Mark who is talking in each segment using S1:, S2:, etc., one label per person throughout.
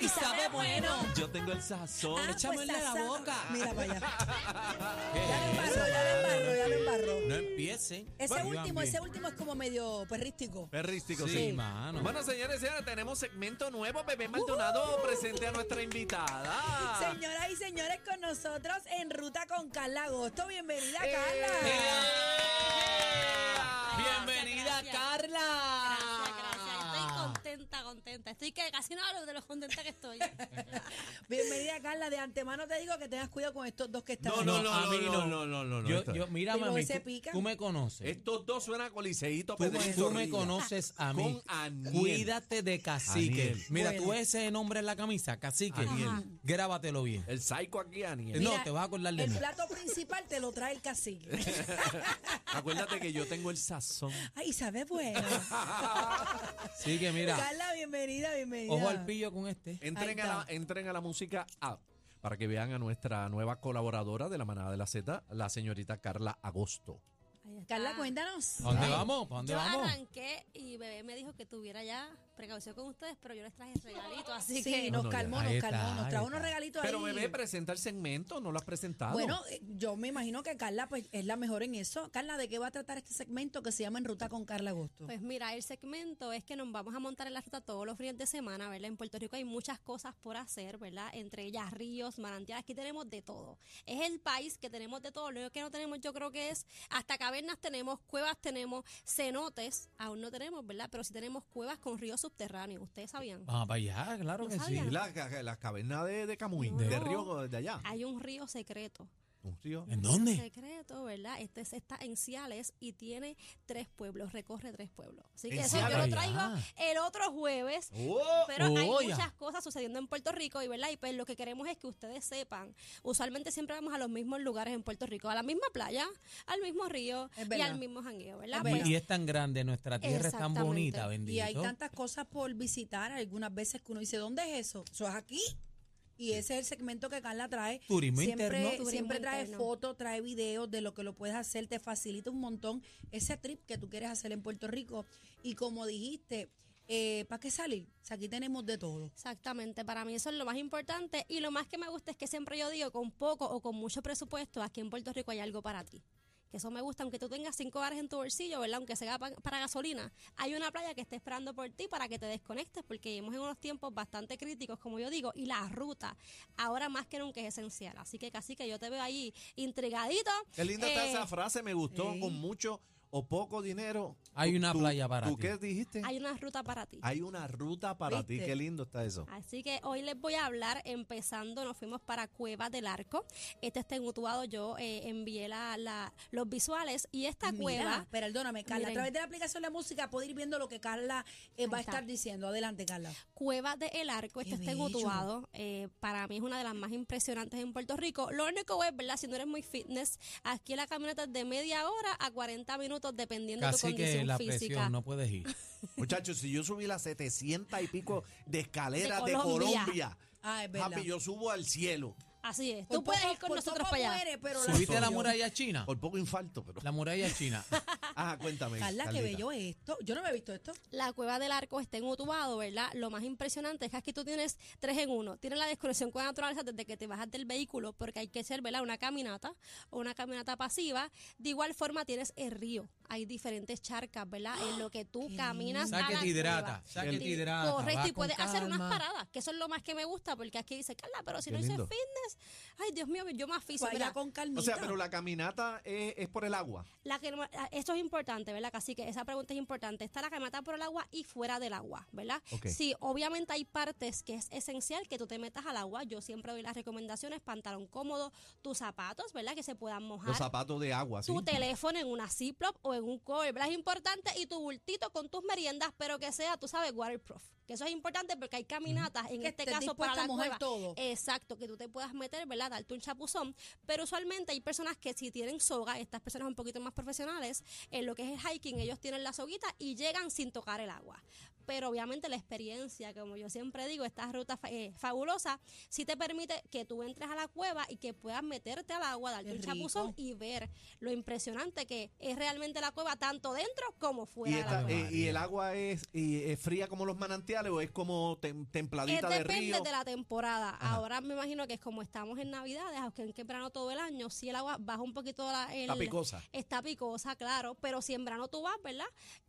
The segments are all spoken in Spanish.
S1: Y sabe bueno.
S2: Yo tengo el sazón.
S1: Ah,
S2: Échamelo
S1: pues,
S2: en la
S1: sazón.
S2: boca.
S1: Mira para allá.
S2: ¿Qué
S1: Ya lo
S2: es
S1: embarró,
S2: eso,
S1: ya lo
S2: mano?
S1: embarró, ya lo embarró.
S2: No empiecen.
S1: Ese
S2: Bueno,
S1: último,
S2: iban
S1: ese
S2: bien.
S1: último es como medio perrístico.
S3: Perrístico,
S2: Sí,
S3: sí.
S2: mano.
S3: Bueno, señores, señores, tenemos segmento nuevo. Bebé Maldonado
S1: Uh-huh.
S3: presente a nuestra invitada.
S1: Señoras y señores, con nosotros en ruta con Carla Agosto. Bienvenida,
S3: ¡Eh!
S1: Carla.
S4: Gracias,
S2: Bienvenida,
S4: gracias.
S2: Carla.
S4: Gracias, gracias.
S1: Ah.
S4: Estoy contenta, contenta. Estoy que casi no hablo de lo contenta que estoy.
S1: Bienvenida, Carla. De antemano te digo que tengas cuidado con estos dos que están
S3: No,
S1: ahí.
S3: no, no,
S2: a
S3: no,
S2: mí
S3: no,
S2: no.
S3: no, no, no, no,
S2: Yo,
S3: esto-
S2: yo, mira,
S1: Pero
S2: mami,
S1: se
S2: tú,
S1: pican.
S2: tú me conoces.
S3: Estos dos suenan a coliseíto.
S2: Tú, me-
S3: Pedrito
S2: tú me
S3: Ortega.
S2: conoces a mí.
S3: Con Aniel.
S2: Cuídate de cacique.
S3: Aniel.
S2: Mira, tú
S1: Bueno.
S2: ves ese nombre en la camisa, cacique.
S3: Aniel. Ajá.
S2: Grábatelo bien.
S3: El psycho aquí, Aniel.
S2: No,
S1: Mira,
S2: te vas a acordar de
S1: El
S2: mí.
S1: plato principal te lo trae el cacique.
S3: Acuérdate que yo tengo el sazón.
S1: Ay, sabe bueno.
S2: Así que mira,
S1: Carla, bienvenida, bienvenida.
S2: ojo al pillo con este.
S1: Ahí
S3: Entren a,
S1: está.
S3: la, entren a la música app para que vean a nuestra nueva colaboradora de la manada de la Z, la señorita Carla Agosto.
S4: Ahí está.
S1: Carla, cuéntanos.
S2: ¿A dónde vamos? ¿Para dónde
S4: yo
S2: vamos?
S4: arranqué y bebé me dijo que tuviera ya precaución con ustedes, pero yo les traje regalito, así
S1: Sí,
S4: que
S1: nos
S3: No, no, ya.
S1: calmó,
S2: Ahí
S1: nos
S2: está,
S1: calmó. Nos
S2: ahí
S1: trajo
S2: está.
S1: unos regalitos
S3: Pero
S1: ahí.
S3: bebé, presenta el segmento, no lo has presentado.
S1: Bueno, eh, yo me imagino que Carla pues, es la mejor en eso. Carla, ¿de qué va a tratar este segmento que se llama En Ruta con Carla Agosto?
S4: Pues mira, el segmento es que nos vamos a montar en la ruta todos los fines de semana, ¿verdad? En Puerto Rico hay muchas cosas por hacer, ¿verdad? Entre ellas ríos, manantiales, aquí tenemos de todo. Es el país que tenemos de todo, lo que no tenemos yo creo que es, hasta cavernas tenemos, cuevas tenemos, cenotes, aún no tenemos, ¿verdad? Pero sí tenemos cuevas con ríos subterráneos, ustedes sabían.
S3: Ah.
S2: Vamos para allá, claro
S4: ¿No
S2: que sí.
S4: sabían?
S3: Y la, ca- la caverna de, de Camuy,
S4: No.
S3: de Río de allá.
S1: Ah.
S4: Hay un río secreto.
S3: Un río.
S2: ¿En dónde?
S4: Secreto, ¿verdad? Este es- está en Ciales y tiene tres pueblos, recorre tres pueblos. Así
S3: En
S4: que eso yo
S3: Ciales.
S4: lo traigo
S2: Ah.
S4: el otro jueves.
S3: ¡Oh!
S4: Pero hay
S2: Oya.
S4: muchas cosas sucediendo en Puerto Rico y verdad, y pues lo que queremos es que ustedes sepan, usualmente siempre vamos a los mismos lugares en Puerto Rico, a la misma playa, al mismo río
S1: Es
S4: y
S1: verdad.
S4: al mismo jangueo,
S1: Es
S4: ¿verdad?
S1: verdad.
S4: Pues,
S2: Y, y es tan grande, nuestra tierra es tan
S4: Exactamente.
S2: bonita, bendito.
S1: Y hay tantas cosas por visitar, algunas veces que uno dice, ¿dónde es eso? Eso es aquí. Y ese es el segmento que Carla trae.
S2: Turismo
S1: siempre,
S2: interno.
S4: Turismo
S1: siempre trae
S4: interno.
S1: fotos, trae videos de lo que lo puedes hacer, te facilita un montón ese trip que tú quieres hacer en Puerto Rico. Y como dijiste, eh, ¿para qué salir? O sea, aquí tenemos de todo.
S4: Exactamente, para mí eso es lo más importante y lo más que me gusta es que siempre yo digo, con poco o con mucho presupuesto, aquí en Puerto Rico hay algo para ti. Que eso me gusta, aunque tú tengas cinco dólares en tu bolsillo, ¿verdad? Aunque sea pa- para gasolina, hay una playa que está esperando por ti para que te desconectes, porque hemos en unos tiempos bastante críticos, como yo digo, y la ruta ahora más que nunca es esencial. Así que casi que yo te veo ahí intrigadito.
S3: Qué linda está
S4: Eh,
S3: esa frase, me gustó.
S1: sí.
S3: Con mucho o poco dinero.
S2: Hay
S3: Tú-
S2: una
S3: tú-
S2: playa para
S3: ¿Tú
S2: ti.
S3: qué dijiste?
S4: Hay una ruta para ti.
S3: Hay una ruta para ti.
S1: ¿Viste? Ah.
S3: Qué lindo está eso.
S4: Así que hoy les voy a hablar, empezando, nos fuimos para Cueva del Arco. Este está en Utuado, yo eh, envié la, la- los visuales y esta
S1: Mira,
S4: cueva...
S1: perdóname, Carla. A
S4: Miren.
S1: través de la aplicación de la música puedo ir viendo lo que Carla eh,
S4: Ahí
S1: va a
S4: está.
S1: estar diciendo. Adelante, Carla.
S4: Cueva de El Arco,
S1: Qué
S4: este está en
S1: bello.
S4: Utuado, eh, para mí es una de las más impresionantes en Puerto Rico. Lo único es, ¿verdad? Si no eres muy fitness, aquí la caminata es de media hora a 40 minutos dependiendo de tu
S2: Casi que
S4: condición
S2: la
S4: física.
S2: presión, no puedes ir.
S3: Muchachos, si yo subí las 700 y pico de escaleras de
S4: De Colombia.
S3: Colombia,
S1: Ah, es verdad.
S3: papi, yo subo al cielo.
S4: Así es,
S1: Por
S4: tú puedes
S1: poco-
S4: ir con
S1: por
S4: nosotros
S1: poco
S4: para allá.
S1: muere, pero la
S2: ¿Subiste a la
S1: subió.
S2: muralla china?
S3: Por poco infarto, pero.
S2: La muralla china.
S3: Ajá, cuéntame.
S1: Carla, qué
S3: Carlita.
S1: bello es esto. Yo no me he visto esto.
S4: la cueva del arco está en Utuado, ¿verdad? Lo más impresionante es que aquí tú tienes tres en uno. Tienes la desconexión con la naturaleza desde que te bajas del vehículo, porque hay que hacer, ¿verdad? Una caminata o una caminata pasiva. De igual forma tienes el río. Hay diferentes charcas, ¿verdad? En lo que tú
S1: Qué
S4: caminas.
S2: lindo.
S4: a
S2: Saque
S4: la
S2: te hidrata,
S4: cueva.
S2: saque
S4: Y-
S2: te hidrata,
S4: Correcto,
S2: vas
S4: y
S2: con
S4: puedes hacer unas
S2: calma.
S4: paradas, que eso es lo más que me gusta, porque aquí dice, Carla, pero si
S3: Qué
S4: no hice
S3: lindo.
S4: fitness, ay Dios mío, yo más físico.
S1: Vaya
S4: Mira,
S1: con calmita.
S3: O sea, pero la caminata es, es por el agua.
S4: la que, no- ah, esto es importante, ¿verdad? Así que esa pregunta es importante. Está la caminata por el agua y fuera del agua, ¿verdad?
S3: Ok.
S4: Sí, obviamente hay partes que es esencial que tú te metas al agua. Yo siempre doy las recomendaciones, pantalón cómodo, tus zapatos, ¿verdad? Que se puedan mojar.
S3: Los zapatos de agua, ¿sí?
S4: Tu Ah, teléfono en una Ziploc o en un cover, ¿verdad? Es importante. Y tu bultito con tus meriendas, pero que sea, tú sabes, waterproof. Que Que eso es importante porque hay caminatas, en
S1: Que
S4: este
S1: estés
S4: caso para
S1: dispuesta
S4: la
S1: a mojar
S4: cueva. eh,
S1: todo.
S4: Exacto, que tú te puedas meter, ¿verdad? Darte un chapuzón. Pero usualmente hay personas que si tienen soga, estas personas un poquito más profesionales, en lo que es el hiking, ellos tienen la soguita y llegan sin tocar el agua. Pero obviamente la experiencia, como yo siempre digo, esta ruta fa- eh, fabulosa, sí te permite que tú entres a la cueva y que puedas meterte al agua, darte
S1: Qué
S4: un
S1: rico.
S4: chapuzón y ver lo impresionante que es realmente la cueva, tanto dentro como fuera
S3: Y,
S4: de la
S3: esta-
S4: cueva.
S3: eh, y el agua es, y es fría como los manantiales o es como tem-
S4: Eh,
S3: templadita de
S4: depende
S3: río.
S4: de la temporada. Ahora me imagino que es como estamos en Navidades, aunque en verano todo el año, si el agua baja un poquito la, el-
S3: Está picosa.
S4: Está picosa, claro, pero si en verano tú vas, ¿verdad?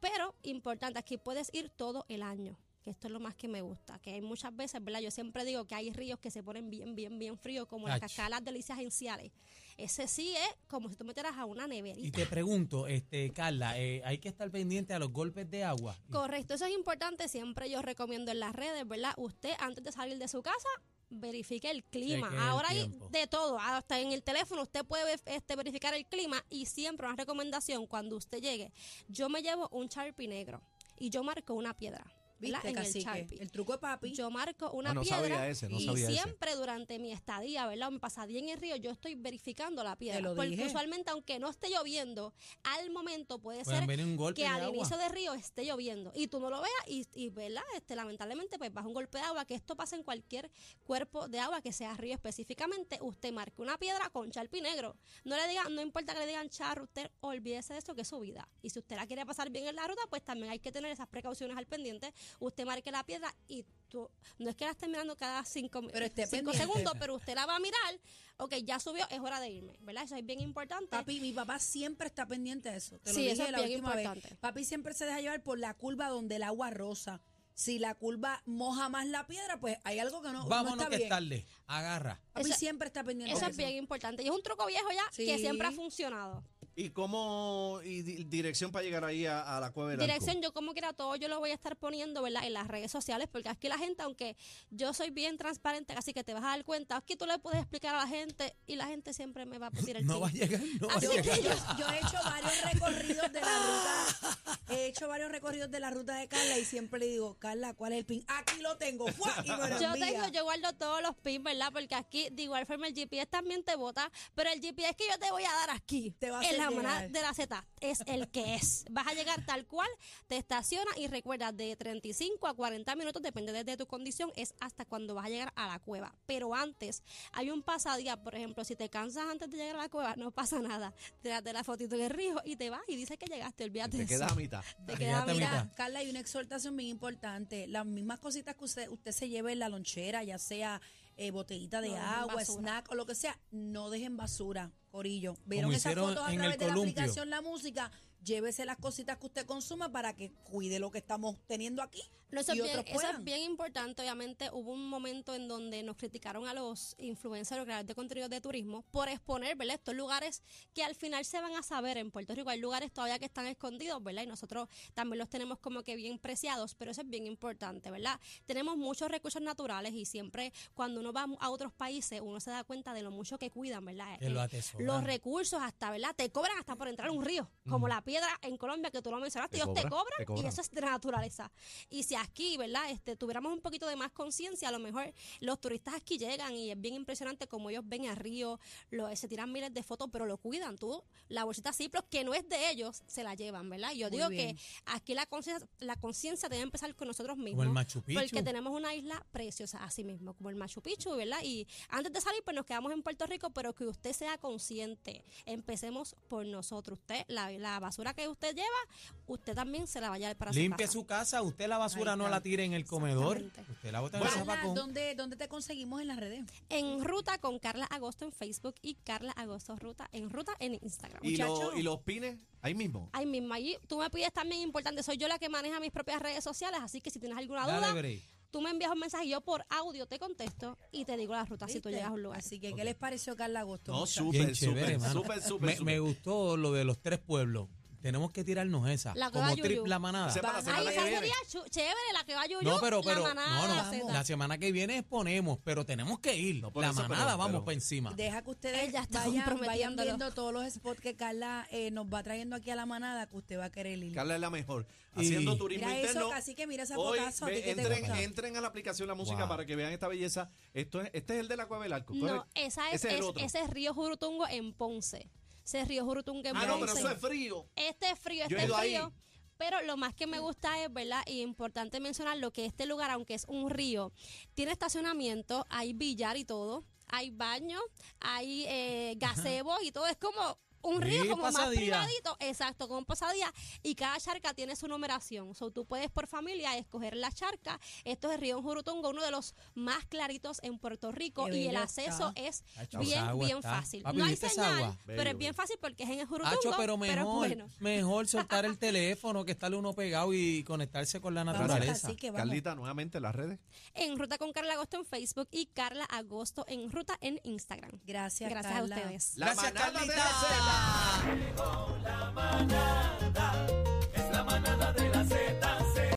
S4: Pero importante, aquí puedes ir todo el año, que esto es lo más que me gusta, que hay muchas veces, ¿verdad? Yo siempre digo que hay ríos que se ponen bien, bien, bien fríos, como las
S2: Ach.
S4: cascadas delicias esenciales. Ese sí es como si tú metieras a una neverita.
S2: Y te pregunto, este, Carla, eh, hay que estar pendiente a los golpes de agua.
S4: Correcto, eso es importante. Siempre yo recomiendo en las redes, ¿verdad? Usted antes de salir de su casa verifique el clima.
S2: Chequee el
S4: Ahora hay
S2: tiempo.
S4: de todo, hasta en el teléfono usted puede ver- este, verificar el clima y siempre una recomendación cuando usted llegue. Yo me llevo un Sharpie negro y yo marco una piedra. ¿verdad?
S1: ¿Viste,
S4: en el
S1: cacique?
S4: Sharpie.
S1: El truco de papi.
S4: Yo marco una
S3: Ah, no
S4: piedra
S3: sabía ese, no
S4: y
S3: sabía ese.
S4: siempre durante mi estadía, ¿verdad? O Mi pasadía en el río, yo estoy verificando la piedra.
S1: lo
S4: porque
S1: dije.
S4: usualmente, aunque no esté lloviendo, al momento puede
S2: Pueden
S4: ser
S2: venir un
S4: que
S2: golpe de
S4: al
S2: agua.
S4: inicio del río esté lloviendo y tú no lo veas y, y, ¿verdad? Este, lamentablemente, pues bajo un golpe de agua, que esto pasa en cualquier cuerpo de agua que sea río específicamente, usted marque una piedra con charpi negro. No le digan, no importa que le digan charro, usted olvídese de eso que es su vida. Y si usted la quiere pasar bien en la ruta, pues también hay que tener esas precauciones al pendiente. Usted marque la piedra y tú, no es que la esté mirando cada cinco, mi-
S1: Pero esté
S4: cinco
S1: pendiente.
S4: segundos, pero usted la va a mirar, ok, ya subió, es hora de irme, ¿verdad? Eso es bien importante.
S1: Papi, mi papá siempre está pendiente de eso. Te lo
S4: Sí,
S1: dije
S4: eso es
S1: la
S4: bien
S1: última
S4: importante.
S1: vez. Papi siempre se deja llevar por la curva donde el agua rosa. Si la curva moja más la piedra, pues hay algo que no, no
S2: Vámonos
S1: está
S2: que es
S1: bien.
S2: tarde. Agarra.
S1: Papi
S4: Eso-
S1: siempre está pendiente
S4: Eso
S1: de
S4: es bien importante. Y es un truco viejo ya que
S1: Sí.
S4: siempre ha funcionado.
S3: ¿Y cómo y di- dirección para llegar ahí a, a la cueva del Arco?
S4: Dirección, yo como quiera todo, yo lo voy a estar poniendo, ¿verdad? En las redes sociales, porque aquí la gente, aunque yo soy bien transparente, así que te vas a dar cuenta, aquí tú le puedes explicar a la gente y la gente siempre me va a pedir el
S2: No va a
S4: tip.
S2: llegar, no va a
S4: Así
S1: Yo,
S4: que
S2: llegar.
S1: yo- yo he hecho varios recorridos de la ruta. He hecho varios recorridos de la ruta de Carla y siempre le digo, Carla, ¿cuál es el pin? Aquí lo tengo. ¡Fua! Y me lo
S4: Yo
S1: envía.
S4: tengo, yo guardo todos los pins, ¿verdad? Porque aquí, de igual forma, el GPS también te bota, pero el GPS que yo te voy a dar aquí,
S1: Te va a
S4: en
S1: hacer
S4: la manada
S1: llegar.
S4: de la Z, es el que es. Vas a llegar tal cual, te estacionas y recuerda, de 35 a 40 minutos, depende de, de tu condición, es hasta cuando vas a llegar a la cueva. Pero antes, hay un pasadía, por ejemplo, si te cansas antes de llegar a la cueva, no pasa nada. Te das de la fotito del río y te vas y dices que llegaste,
S3: Te
S4: olvídate de
S3: quedas
S4: eso.
S3: a mitad.
S4: Te quedas a
S2: Te quedaste a
S4: mitad.
S2: mitad.
S1: Carla, hay una exhortación bien importante. Las mismas cositas que usted, usted se lleve en la lonchera, ya sea eh, botellita de
S4: No dejen
S1: agua,
S4: basura.
S1: snack o lo que sea, no dejen basura, Corillo. ¿Vieron esas
S2: hicieron
S1: fotos a
S2: en
S1: través
S2: el
S1: de la
S2: columpio.
S1: aplicación La Música? Llévese las cositas que usted consuma para que cuide lo que estamos teniendo aquí
S4: No, eso,
S1: y
S4: es bien,
S1: otros
S4: eso es
S1: puedan.
S4: bien importante. Obviamente hubo un momento en donde nos criticaron a los influencers o creadores de contenido de turismo por exponer, ¿verdad? Estos lugares que al final se van a saber en Puerto Rico. Hay lugares todavía que están escondidos, ¿verdad? Y nosotros también los tenemos como que bien preciados, pero eso es bien importante, ¿verdad? Tenemos muchos recursos naturales y siempre cuando uno va a otros países uno se da cuenta de lo mucho que cuidan, ¿verdad?
S2: Que lo
S4: Eh,
S2: atesoran.
S4: los recursos hasta, ¿verdad? Te cobran hasta por entrar a un río, como la piedra en Colombia que tú lo mencionaste.
S3: Te
S4: Ellos te
S3: cobran,
S4: cobran,
S3: te cobran.
S4: y eso es de la naturaleza. Y si aquí, ¿verdad? Este, tuviéramos un poquito de más conciencia, a lo mejor los turistas aquí llegan y es bien impresionante como ellos ven a río, lo- se tiran miles de fotos, pero lo cuidan. Tú, la bolsita Ziploc, que no es de ellos, se la llevan, ¿verdad? Y Yo
S1: Muy
S4: digo
S1: bien.
S4: que aquí la conciencia la conciencia debe empezar con nosotros mismos.
S2: Como el Machu Picchu.
S4: Porque tenemos una isla preciosa, así mismo, como el Machu Picchu, ¿verdad? Y antes de salir, pues nos quedamos en Puerto Rico, pero que usted sea consciente. Empecemos por nosotros. Usted, la, la basura que usted lleva, usted también se la va a llevar para
S2: Limpie
S4: su casa.
S2: su casa, usted la basura
S1: Ahí
S2: no
S1: está.
S2: la tire en el comedor.
S4: Exactamente.
S2: Usted la bota en el
S1: Carla,
S2: zapacón.
S1: ¿dónde, ¿dónde te conseguimos en las redes?
S4: En Ruta con Carla Agosto en Facebook y Carla Agosto Ruta en Ruta en Instagram.
S3: ¿Y, lo-
S1: Muchacho.
S3: y los pines ahí mismo.
S4: Ay, mismo, allí tú me pides también importante. Soy yo la que maneja mis propias redes sociales, así que si tienes alguna
S2: Dale,
S4: duda,
S2: break.
S4: tú me envías un mensaje y yo por audio te contesto y te digo la ruta si tú
S1: ¿Viste?
S4: llegas a un lugar.
S1: Así que,
S2: Ok.
S1: ¿qué les pareció Carla Agosto?
S3: No,
S1: muchachos?
S3: súper,
S2: Bien chévere,
S3: súper,
S2: mano.
S3: súper, súper,
S2: Me,
S3: súper.
S2: me gustó lo de los tres pueblos. Tenemos que tirarnos esa.
S4: La que va
S2: como
S4: Yuyu.
S2: trip la manada.
S3: Esa es para la
S1: Vamos.
S3: semana
S4: Ay,
S3: que
S4: esa
S3: viene.
S4: sería chu- chévere, la que va a Yuyu,
S2: No, pero, pero,
S4: la manada
S2: no, no,
S4: de la
S2: la
S4: Zeta.
S2: semana que viene exponemos, pero tenemos que ir.
S3: No, por
S2: la
S3: eso, pero-
S2: manada, vamos
S3: pero-
S2: para encima.
S1: Deja que ustedes
S4: Ella está
S1: vayan, vayan
S4: comprometiéndolo.
S1: viendo todos los spots que Carla eh, nos va trayendo aquí a la manada que usted va a querer ir.
S3: Carla es la mejor.
S2: Y-
S3: Haciendo turismo
S1: Mira
S3: interno.
S1: eso, casi que mira esa
S3: Hoy,
S1: fotazo. a
S3: ve,
S1: ti que te
S3: entren,
S1: gusta.
S3: entren a la aplicación La Música
S2: Wow.
S3: para que vean esta belleza. Esto es, este es el del Acuabelarco.
S4: No, esa es,
S3: Ese es el
S4: es-
S3: otro.
S4: ese es Río Jurutungo en Ponce. Ese es Río Jurutungo en
S3: Ah,
S4: Ponce.
S3: no, pero eso es frío.
S4: Este es frío,
S3: Yo he
S4: este es
S3: ido ahí.
S4: frío. Pero lo más que me gusta es, ¿verdad? Y importante mencionar lo que este lugar, aunque es un río, tiene estacionamiento, hay billar y todo, hay baño, hay eh, gazebo y todo. Es como un río
S2: Sí,
S4: como más
S2: pasadía.
S4: privadito, exacto, como un pasadía. Y cada charca tiene su numeración. So, tú puedes por familia escoger la charca. Esto es el río Jurutungo, uno de los más claritos en Puerto Rico.
S1: Qué
S4: Y el
S1: bello
S4: acceso
S1: está.
S4: es
S2: Hacho,
S4: bien,
S2: esa agua
S4: bien
S2: está.
S4: fácil.
S2: Papi,
S4: no hay
S2: ¿viste esa
S4: señal,
S2: agua?
S4: pero
S3: Bello,
S4: es bien
S3: bello.
S4: fácil porque es en el Jurutungo.
S2: Hacho, pero
S4: pero es
S2: mejor,
S4: bueno.
S2: mejor soltar el teléfono que estarle uno pegado y conectarse con la
S1: Vamos,
S2: naturaleza.
S1: así que vamos.
S3: Carlita, nuevamente las redes.
S4: en Ruta con Carla Agosto en Facebook y Carla Agosto en Ruta en Instagram.
S1: Gracias,
S4: Gracias
S1: Carla.
S4: a ustedes.
S3: La
S2: Gracias,
S3: manada de la
S2: Carlita.
S3: Z.
S5: manada de la Z.